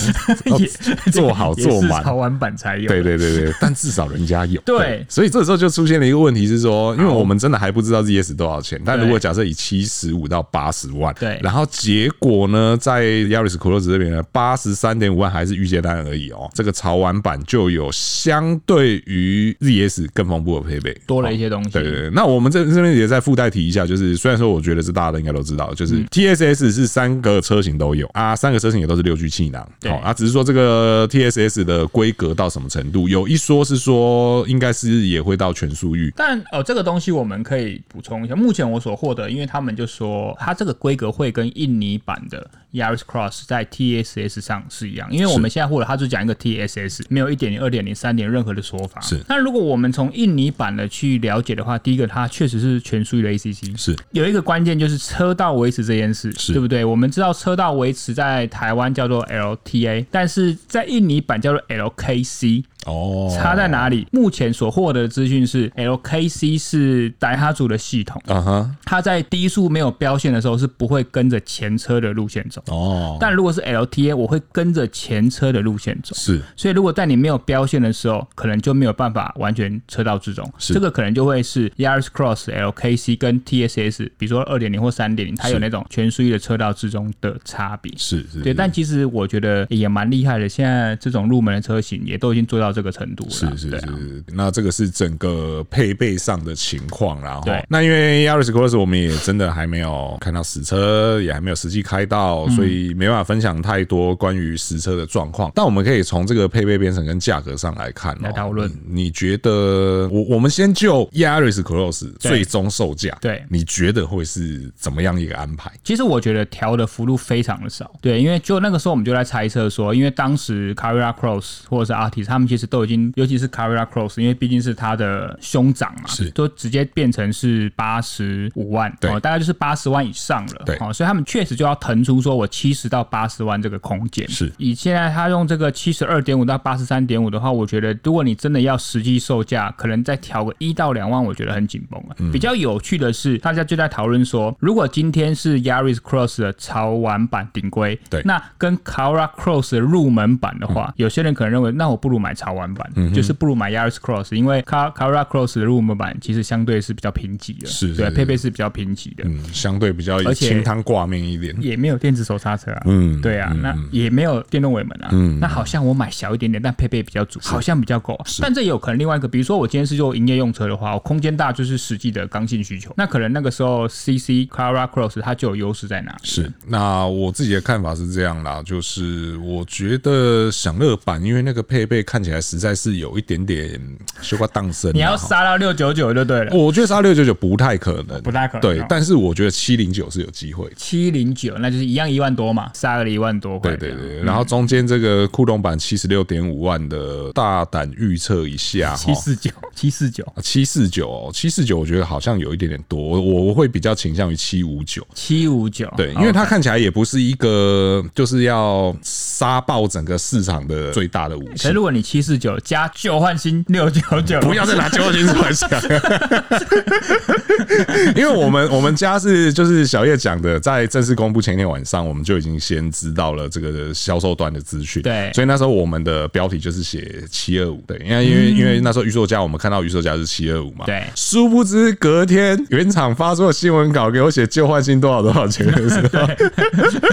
要 (laughs) 也做好做也是满。潮玩版才有。对对对 (laughs) 对，但至少人家有。对所以这时候就出现了一个问题是说，因为我们真的还不知道 ZS 多少钱，但如果假设以七十五到八十万，对然后结果呢，在 Yaris Cross 这边呢，八十三点五万还是预接单而已哦。这个潮玩版就有相对于 ZS 更丰富的配备，多了一些东西哦对对对，那我们这这边也再附带提一下，就是虽然说我觉得这大家都应该都知道，就是嗯 TSS 是三个车型都有啊，三个车型也都是六具气囊，对哦啊，只是说这个 TSS 的规格到什么程度，有一说是说应该是也会到全速域，但呃，这个东西我们可以补充一下。目前我所获得，因为他们就说它这个规格会跟印尼版的 Yaris Cross 在 TSS 上是一样，因为我们现在获得它就讲一个 TSS，没有一点零、二点零、三点任何的说法。是那如果我们从印尼版的去了解的话，第一个它确实是全速域的 ACC，是有一个关键就是车道维持这件事，是对不对？我们知道车道维持在台湾叫做 LTA，但是在印尼版叫做 LKC，哦差在哪里？目前所获得的资讯是 LKC 是达哈族的系统，啊哈，它在低速没有标线的时候是不会跟着前车的路线走。哦，但如果是 LTA，我会跟着前车的路线走。是所以，如果在你没有标线的时候，可能就没有办法完全车道之中。是这个可能就会是 Yaris Cross、LKC 跟 TSS，比如说二点零或三点零，它有那种全速域的车道之中的差别。是是，对，但其实我觉得也蛮厉害的。现在这种入门的车型也都已经做到这个程度了。是是对是啊，是，那这个是整个配备上的情况啦。哈对。那因为 Yaris Cross 我们也真的还没有看到实车，也还没有实际开嗯到，所以没办法分享太多关于实车的状况。但我们可以从这个配备编程跟价格上来看哦来讨论你你觉得我我们先就 Yaris Cross 对最终售价，对你觉得会是怎么样一个安排？其实我觉得调的幅度非常的少，对，因为就那个时候我们就在猜测说，因为当时 Carrera Cross 或者是 Artis 他们其实都已经，尤其是 Carrera Cross，因为毕竟是他的兄长嘛，是都直接变成是八十五万，对哦，大概就是八十万以上了，对哦，所以他们确实就要腾出说我七十到八十万这个空间，是以现在他用这个七十二点五到八十三点五的话，我觉得如果你真的要实际售价，可能再调个一到两万，我觉得很紧绷嗯了。比较有趣的是，大家就在讨论说，如果今天是 Yaris Cross 的潮玩版顶规，对嗯那跟 Cara Cross 的入门版的话，有些人可能认为，那我不如买潮玩版，就是不如买 Yaris Cross，因为 Car Cara Cross 的入门版其实相对是比较贫瘠的，是是对是配备是比较贫瘠的。嗯，相对比较而且清汤挂面一点。也没有电子手刹车啊，嗯对啊，那也没有电动尾门啊，那好像我买小一点点，但配备比较足，好像比较够啊、但这也有可能另外一个，比如说我今天是做营业用车的话，我空间大就是实际的刚性需求，那可能那个时候 CC Clara Cross 它就有优势在哪里？是，那我自己的看法是这样啦，就是我觉得享乐版，因为那个配备看起来实在是有一点点修瓜荡身啦，你要哈杀到六九九就对了，我觉得杀六九九不太可能，不太可能对哦，但是我觉得七零九是有机会的。七零九那就是一样一万多嘛，杀了一万多块对这对样，对，然后中间这个酷动版七十六点五万的，大胆预测一下哈啊七，四九七四九七四九，七四九，我觉得好像有一点点多，我我会比较倾向于七五九。七五九，哦对，因为它看起来也不是一个就是要杀爆整个市场的最大的武可器是。如果你七四九加旧换新六九九， (laughs) 不要再拿九二新出来讲， (laughs) 因为我们我们家是就是小叶讲的，在正式公布前一天晚上，我们就已经先知道了这个销售端的资讯。对所以那时候我们的标题就是写七二五，对，因为因为因为那时候预售价我们看到预售价是七二五嘛，对 (laughs) 殊不知隔天原厂发出的新闻稿给我写旧换新多少多少钱的时候，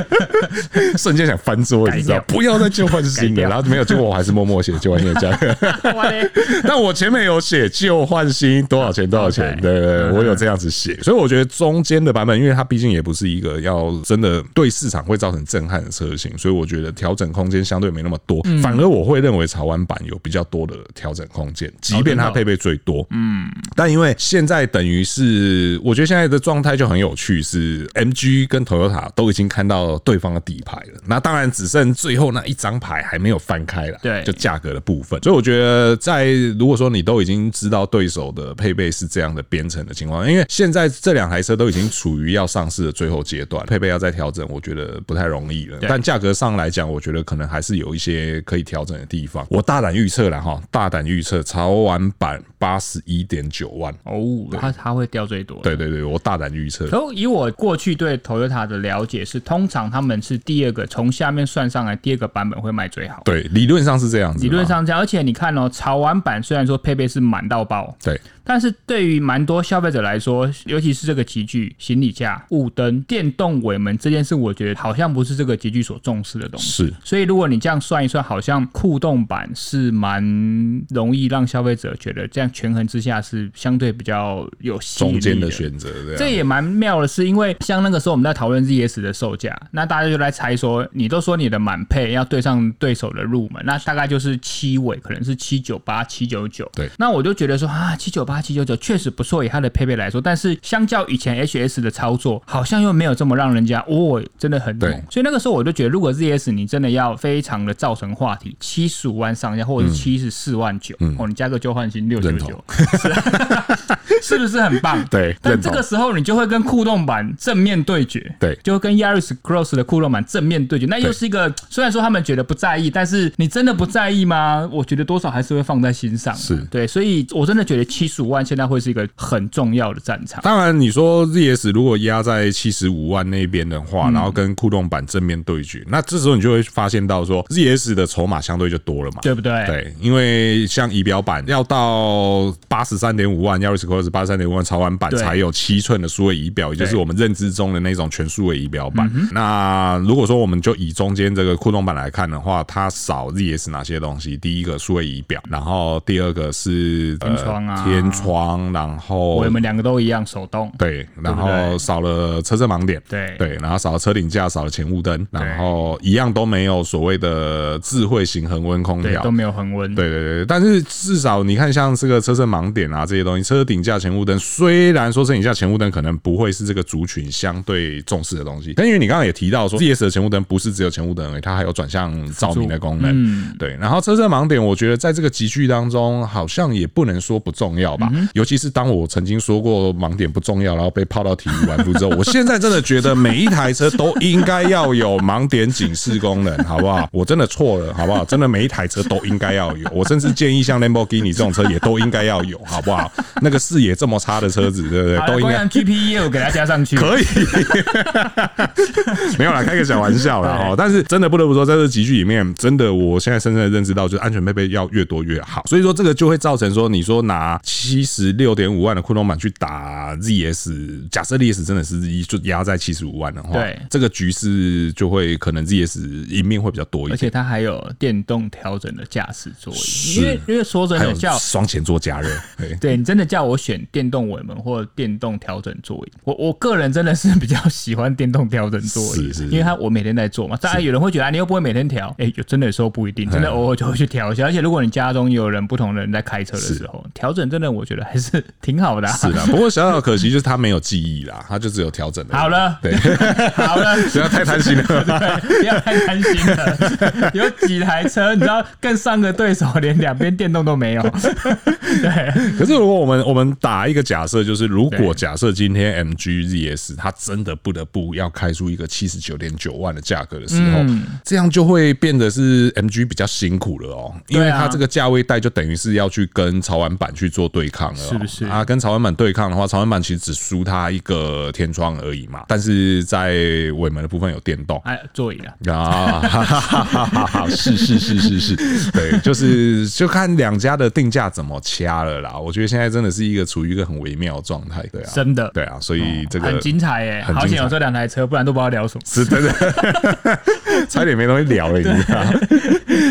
(laughs) 瞬间想翻桌，你知道改，不要再旧换新改的，掉然后没有，结果我还是默默写旧换新的价格。哦哇嘞 (laughs) 但我前面有写旧换新多少钱多少钱 OK，嗯对对对，我有这样子写，所以我觉得中间的版本，因为它毕竟也不是一个要真的对市场会造成震撼的车型，所以我觉得调整空间相对没那么多，嗯反而我会认为潮玩版有比较多的调整空哦间，即便它配备最多，嗯，但因为现在等于是，我觉得现在的状态就很有趣，是 MG 跟 Toyota 都已经看到对方的底牌了，那当然只剩最后那一张牌还没有翻开了，对就价格的部分。所以我觉得，在如果说你都已经知道对手的配备是这样的编程的情况，因为现在这两台车都已经处于要上市的最后阶段，配备要再调整，我觉得不太容易了。对但价格上来讲，我觉得可能还是有一些可以调整的地方。我大胆预测了哈，大胆预测潮玩版八十一点九万。哦，它它会掉最多，对对对，我大胆预测。然后以我过去对 Toyota 的了解是，通常他们是第二个从下面算上来，第二个版本会卖最好。对，理论上是这样子嘛。理论上这样，而且你看哦，潮玩版虽然说配备是满到爆，对，但是对于蛮多消费者来说，尤其是这个集具、行李架、雾灯、电动尾门这件事，我觉得好像不是这个集具所重视的东西。是所以如果你这样算一算，好像酷动版是蛮容易让消费者觉得这样权衡之下是相对比较有吸引中力间的的选择这样。这也蛮妙的，是因为像那个时候我们在讨论 ZS 的售价，那大家就来猜说，你都说你的满配要对上对手的入门，那大概就是七尾，可能是七九八、七九九。对那我就觉得说啊，七九八、七九九确实不错，以它的配备来说，但是相较以前 HS 的操作，好像又没有这么让人家哦，真的很猛对。所以那个时候我就觉得，如果 ZS 你真的要非常的造成话题，七十五万上下，或者是七十四万九、哦，你加个交换新六九嗯认九同，是 (laughs) 啊是不是很棒？对但认这同个时候你就会跟酷动版正面对决，对就会跟 Yaris Cross 的酷动版正面对决。那又是一个，虽然说他们觉得不在意，但是你真的不在意吗？我觉得多少还是会放在心上。是对，所以我真的觉得七十五万现在会是一个很重要的战场。嗯当然，你说 ZS 如果压在七十五万那边的话，然后跟跟酷动版正面对决。那这时候你就会发现到说，ZS 的筹码相对就多了嘛，对不对？对，因为像仪表板要到八十三点五万 Yaris Cross 八十三点五万潮玩版对才有七寸的数位仪表，也就是对嗯我们认知中的那种全数位仪表板。那如果说我们就以中间这个酷动版来看的话，它少 ZS 哪些东西？第一个数位仪表，然后第二个是呃天窗啊天窗，然后我们两个都一样手动。对，然对不后对少了车身盲点，对对，然后少了车顶架，少了前雾灯，然后一样都没有所谓的智慧型恒温空对，调都。没有恒温。对对对，但是至少你看，像这个车身盲点啊这些东西，车顶架、前雾灯，虽然说车顶架、前雾灯可能不会是这个族群相对重视的东西，但因为你刚刚也提到说，ZS 的前雾灯不是只有前雾灯而已，它还有转向照明的功能。嗯对。然后车身盲点，我觉得在这个集聚当中，好像也不能说不重要吧。尤其是当我曾经说过盲点不重要，然后被泡到体育玩物之后，我现在真的觉得每一台车都应该要有盲点警示功能，好不好？我真的错了，好不好？真的每一台车都应该要有。我甚至建议像 Lamborghini 这种车也都应该要有，好不好？那个视野这么差的车子，对不对？好都了，应光该阳 GP E 也有给它加上 (laughs) 去。可以， (laughs) 没有啦，开个小玩笑啦哦。但是真的不得不说，在这集剧里面，真的我现在深深的认识到，就是安全配备要越多越好。所以说这个就会造成说，你说拿七十六点五万的库龙版去打 ZS，假设 ZS 真的是一就压在七十五万的话，对这个局势就会可能 ZS 赢面会比较多一而且点。它还有电动调整的驾驶座椅，因为因为说真还的有叫双前座加热， (laughs) 哎对，对你真的叫我选电动尾门或电动调整座椅，我我个人真的是比较喜欢电动调整座椅，是是是因为它我每天在做嘛。当然有人会觉得、啊、你又不会每天调，哎、有真的有时候不一定，嗯真的偶尔就会去调一下。而且如果你家中有人不同的人在开车的时候，调整真的我觉得还是 (laughs) 挺好的、啊。是啦。不过小小可惜就是他没有记忆啦，他就只有调整而已。好了对， (laughs) 好了，不要太贪心 (laughs) 了。对不要太贪心了。有几台车，你知道，更上个对手连两边电动都没有。对，可是如果我们我们打一个假设，就是如果对假设今天 MG ZS 它真的不得不要开出一个七十九点九万的价格的时候，嗯这样就会变得是 MG 比较辛苦了哦，因为对啊它这个价位带就等于是要去跟潮玩版去做对抗了哦、是不是啊，跟潮玩版对抗的话，潮玩版其实只输它一个天窗而已嘛，但是在尾门的部分有电动。哎，座椅啊，啊，哈哈哈哈是是是是是，对，就是就看两家的定价怎么掐了啦。我觉得现在真的是一个处于一个很微妙的状态，对啊，真的对啊，所以这很个精彩耶、很精彩好险有这两台车，不然都不知道聊什么。是真 (laughs) 的，差点没东西聊了，你知道吗？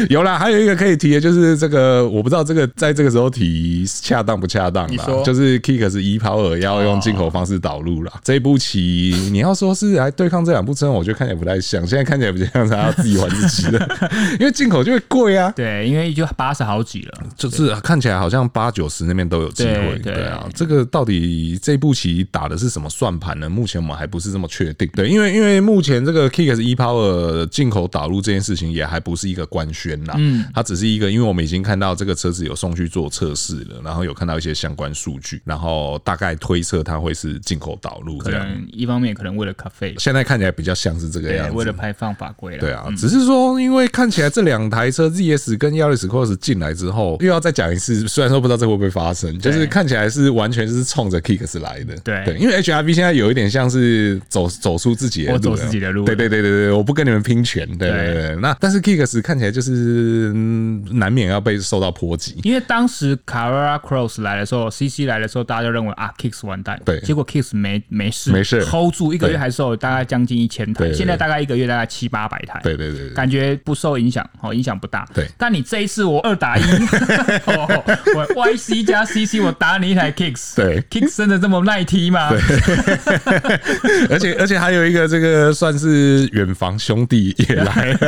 有啦，还有一个可以提的，就是这个，我不知道这个在这个时候提恰当不恰当你啦说，哦就是 Kick 是 E Power 要用进口方式导入啦。这一步棋你要说是来对抗这两部车，我觉得看起来不太像，现在看起来比较像是他自己玩自己 (laughs) 的，因为进口就会贵啊，对，因为就八十好几了，就是看起来好像八九十那边都有机会，对对对啊，这个到底这步棋打的是什么算盘呢？目前我们还不是这么确定，对，因为因为目前这个 Kicks E Power 进口导入这件事情也还不是一个官宣啦，嗯，它只是一个，因为我们已经看到这个车子有送去做测试了，然后有看到一些相关数据，然后大概推测它会是进口导入可这样，能一方面可能为了咖啡，现在看起来比较像是这个样对，子，为了排放法规了。对啊，只是说，因为看起来这两台车 ZS 跟 Yaris Cross 进来之后，又要再讲一次，虽然说不知道这会不会发生，就是看起来是完全是冲着 Kicks 来的。对因为 HRV 现在有一点像是走走出自己的我路走了，自己的路对对对对对，我不跟你们拼拳。对对对对，对那但是 Kicks 看起来就是、嗯难免要被受到波 (laughs) 及。因为当时 Carrera Cross 来的时候，CC 来的时候，大家就认为啊，Kicks 完蛋。对结果 Kicks 没没事，没事，hold 住一个对月还是有大概将近一千对台，对现在大概一个月大概七八百台。对对对对。感觉不受影响，哦，影响不大。对但你这一次我二打一， (laughs) 哦我 YC 加 CC，我打你一台 Kicks，对，Kicks 真的这么耐踢吗？而且而且还有一个这个算是远房兄弟也 (laughs) 来了，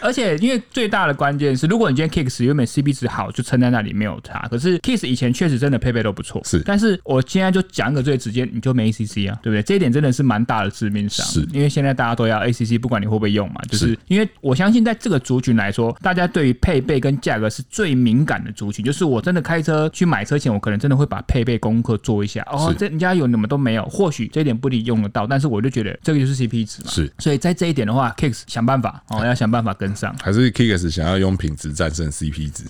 而且因为最大的关键是，如果你今天 Kicks 原本 CP 值好，就撑在那里没有差。可是 Kicks 以前确实真的配备都不错，是但是我现在就讲一个最直接，你就没 ACC 啊，对不对？这一点真的是蛮大的致命伤，是因为现在大家都要 ACC，不管你会不会用嘛，就是因为我相信在这个族群来说，大家对于配备跟价格是最敏感的族群。就是我真的开车去买车前，我可能真的会把配备功课做一下。哦是，这人家有你们都没有，或许这一点不一定用得到，但是我就觉得这个就是 CP 值嘛。是哎所以在这一点的话，Kicks 想办法哦，要想办法跟 (laughs) 向上。还是 Kicks 想要用品质战胜 CP 值。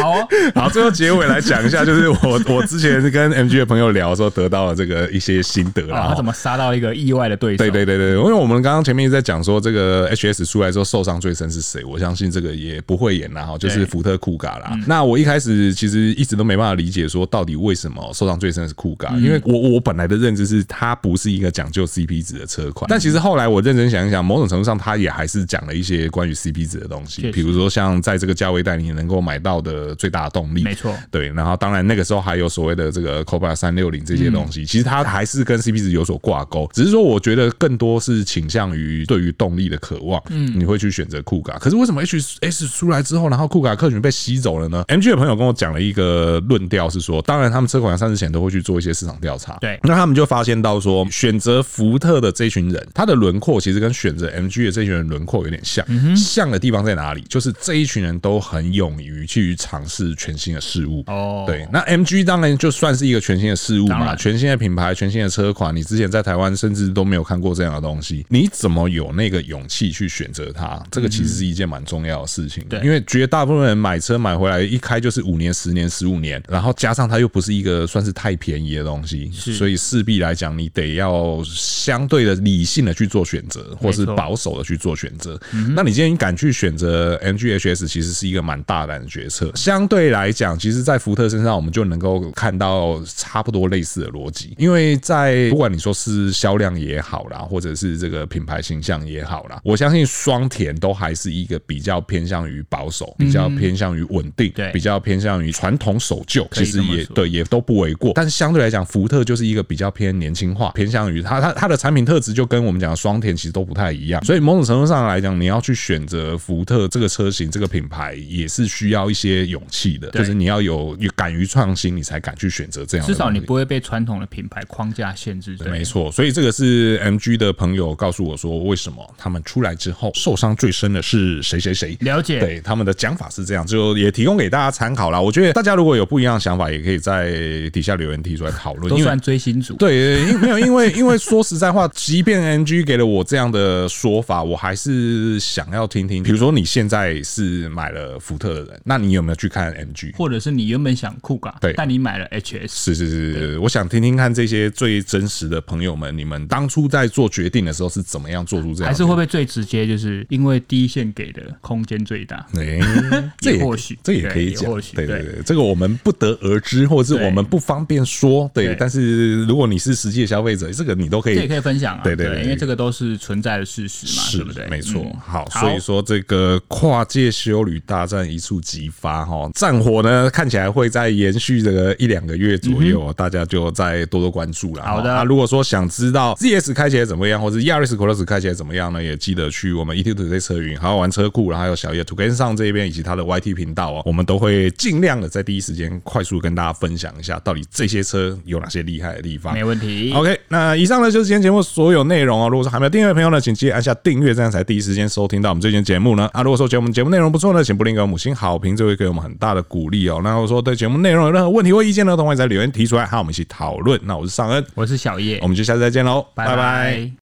好、哦，好，最后结尾来讲一下，就是我我之前跟 MG 的朋友聊的时候，得到了这个一些心得啦。啊他怎哦么杀到一个意外的对手？对对对对，因为我们刚刚前面一直在讲说，这个 HS 出来之后受伤最深是谁？我相信这个也不会演啦，哈，就是对嗯福特库嘎啦。那我一开始其实一直都没办法理解说，到底为什么受伤最深的是库嘎？嗯因为我我本来的认知是它不是一个讲究 CP 值的车嗯款，但其实后来我认真想一想，某种程度上它也还是讲了一些关于 CP 值的东西，确实比如说像在这个价位带你能够买到的最大动力，没错对，然后当然那个时候还有所谓的这个 Cobra 三六零这些东西，其实它还是跟 CP 值有所挂钩，只是说我觉得更多是倾向于对于动力的渴望，嗯，你会去选择酷卡。可是为什么 H S 出来之后，然后酷卡客群被吸走了呢？MG 的朋友跟我讲了一个论调是说，当然他们车款上市前都会去做一些市场调查，对那他们就发现到说，选择福特的这群人，他的轮廓其实跟选择 MG 的这群人轮廓有点像，像的地方在哪里？就是这一群人都很勇于去尝试全新的事物。哦对，那 MG 当然就算是一个全新的事物当嘛，然全新的品牌、全新的车款，你之前在台湾甚至都没有看过这样的东西，你怎么有那个勇气去选择它？这个其实是一件蛮重要的事情，对因为绝大部分人买车买回来一开就是五年、十年、十五年，然后加上它又不是一个算是太便宜的东西，是所以势必来讲，你得要相对的理性的去做选择，或是没错嗯保守的去做选择。那你今天敢去选择 MGHS，其实是一个蛮大胆的决策。相对来讲，其实，在福特身上，我们就能够看到差不多类似的逻辑，因为在不管你说是销量也好啦，或者是这个品牌形象也好啦，我相信双田都还是一个比较偏向于保守，比较偏向于稳定，嗯对比较偏向于传统守旧，可以其这实么也说对，也都不为过。但是相对来讲，福特就是一个比较偏年轻化，偏向于它它它的产品特质就跟我们讲的双田其实都不太一样。所以某种程度上来讲，你要去选择福特这个车型这个品牌，也是需要一些勇气的，对就是你要有有敢于创新，你才敢去选择这样的至东西。少你不会被传统的品牌框架限制。对，没错，所以这个是 MG 的朋友告诉我说，为什么他们出来之后受伤最深的是谁谁谁？了解对他们的讲法是这样，就也提供给大家参考啦。我觉得大家如果有不一样的想法，也可以在底下留言提出来讨论，都因为算追星族。 (laughs) 对，因没有，因为因为说实在话，即便 NG 给了我这样的说法，我还是想要听听。比如说你现在是买了福特的人，那你有没有去看 NG？或者是你原本想酷嘎，对但你买了 HS，是是是是，我想听听看这些最真实的朋友们，你们当初在做决定的时候是怎么样做出这样的？还是会不会最直接？就是因为第一线给的空间最大。哎、 (laughs) 这也或许这也对可以也讲或，许对对对对，这个我们不得而知，或者是对我们不方便说，对对。但是如果你是实际的消费者，这个你都可这也以可以分享啊，对对对因为这个都是存在的事实嘛，是对不对？没错嗯。好，好所以说这个跨界修旅大战一触即发哈，战火呢看起来会再延续这个一两个月左右，大家就再多多关注啦。嗯好哈的啊，如果说想知道 ZS 开起来怎么样，或者 Yaris Cross 开起来怎么样呢，也记得去我们 E ET Today 车云，还有玩车库，然后还有小叶 t o g e n 上这边以及他的 YT 频道哦，我们都会尽量的在第一时间快速跟大家分享一下，到底这些车有哪些厉害的地方。没问题。 OK，那以上呢就是今天节目所有内容哦。如果说还没有订阅的朋友呢，请记得按下订阅，这样才第一时间收听到我们这期节目呢。啊，如果说觉得我们节目内容不错呢，请不吝给我们五星好评，这会给我们很大的鼓励哦。那如果说对节目内容有任何问题或意见呢，都欢迎在留言提出来，和我们一起讨论。那我是尚恩，我是小叶我，们就下次再见喽，拜拜拜拜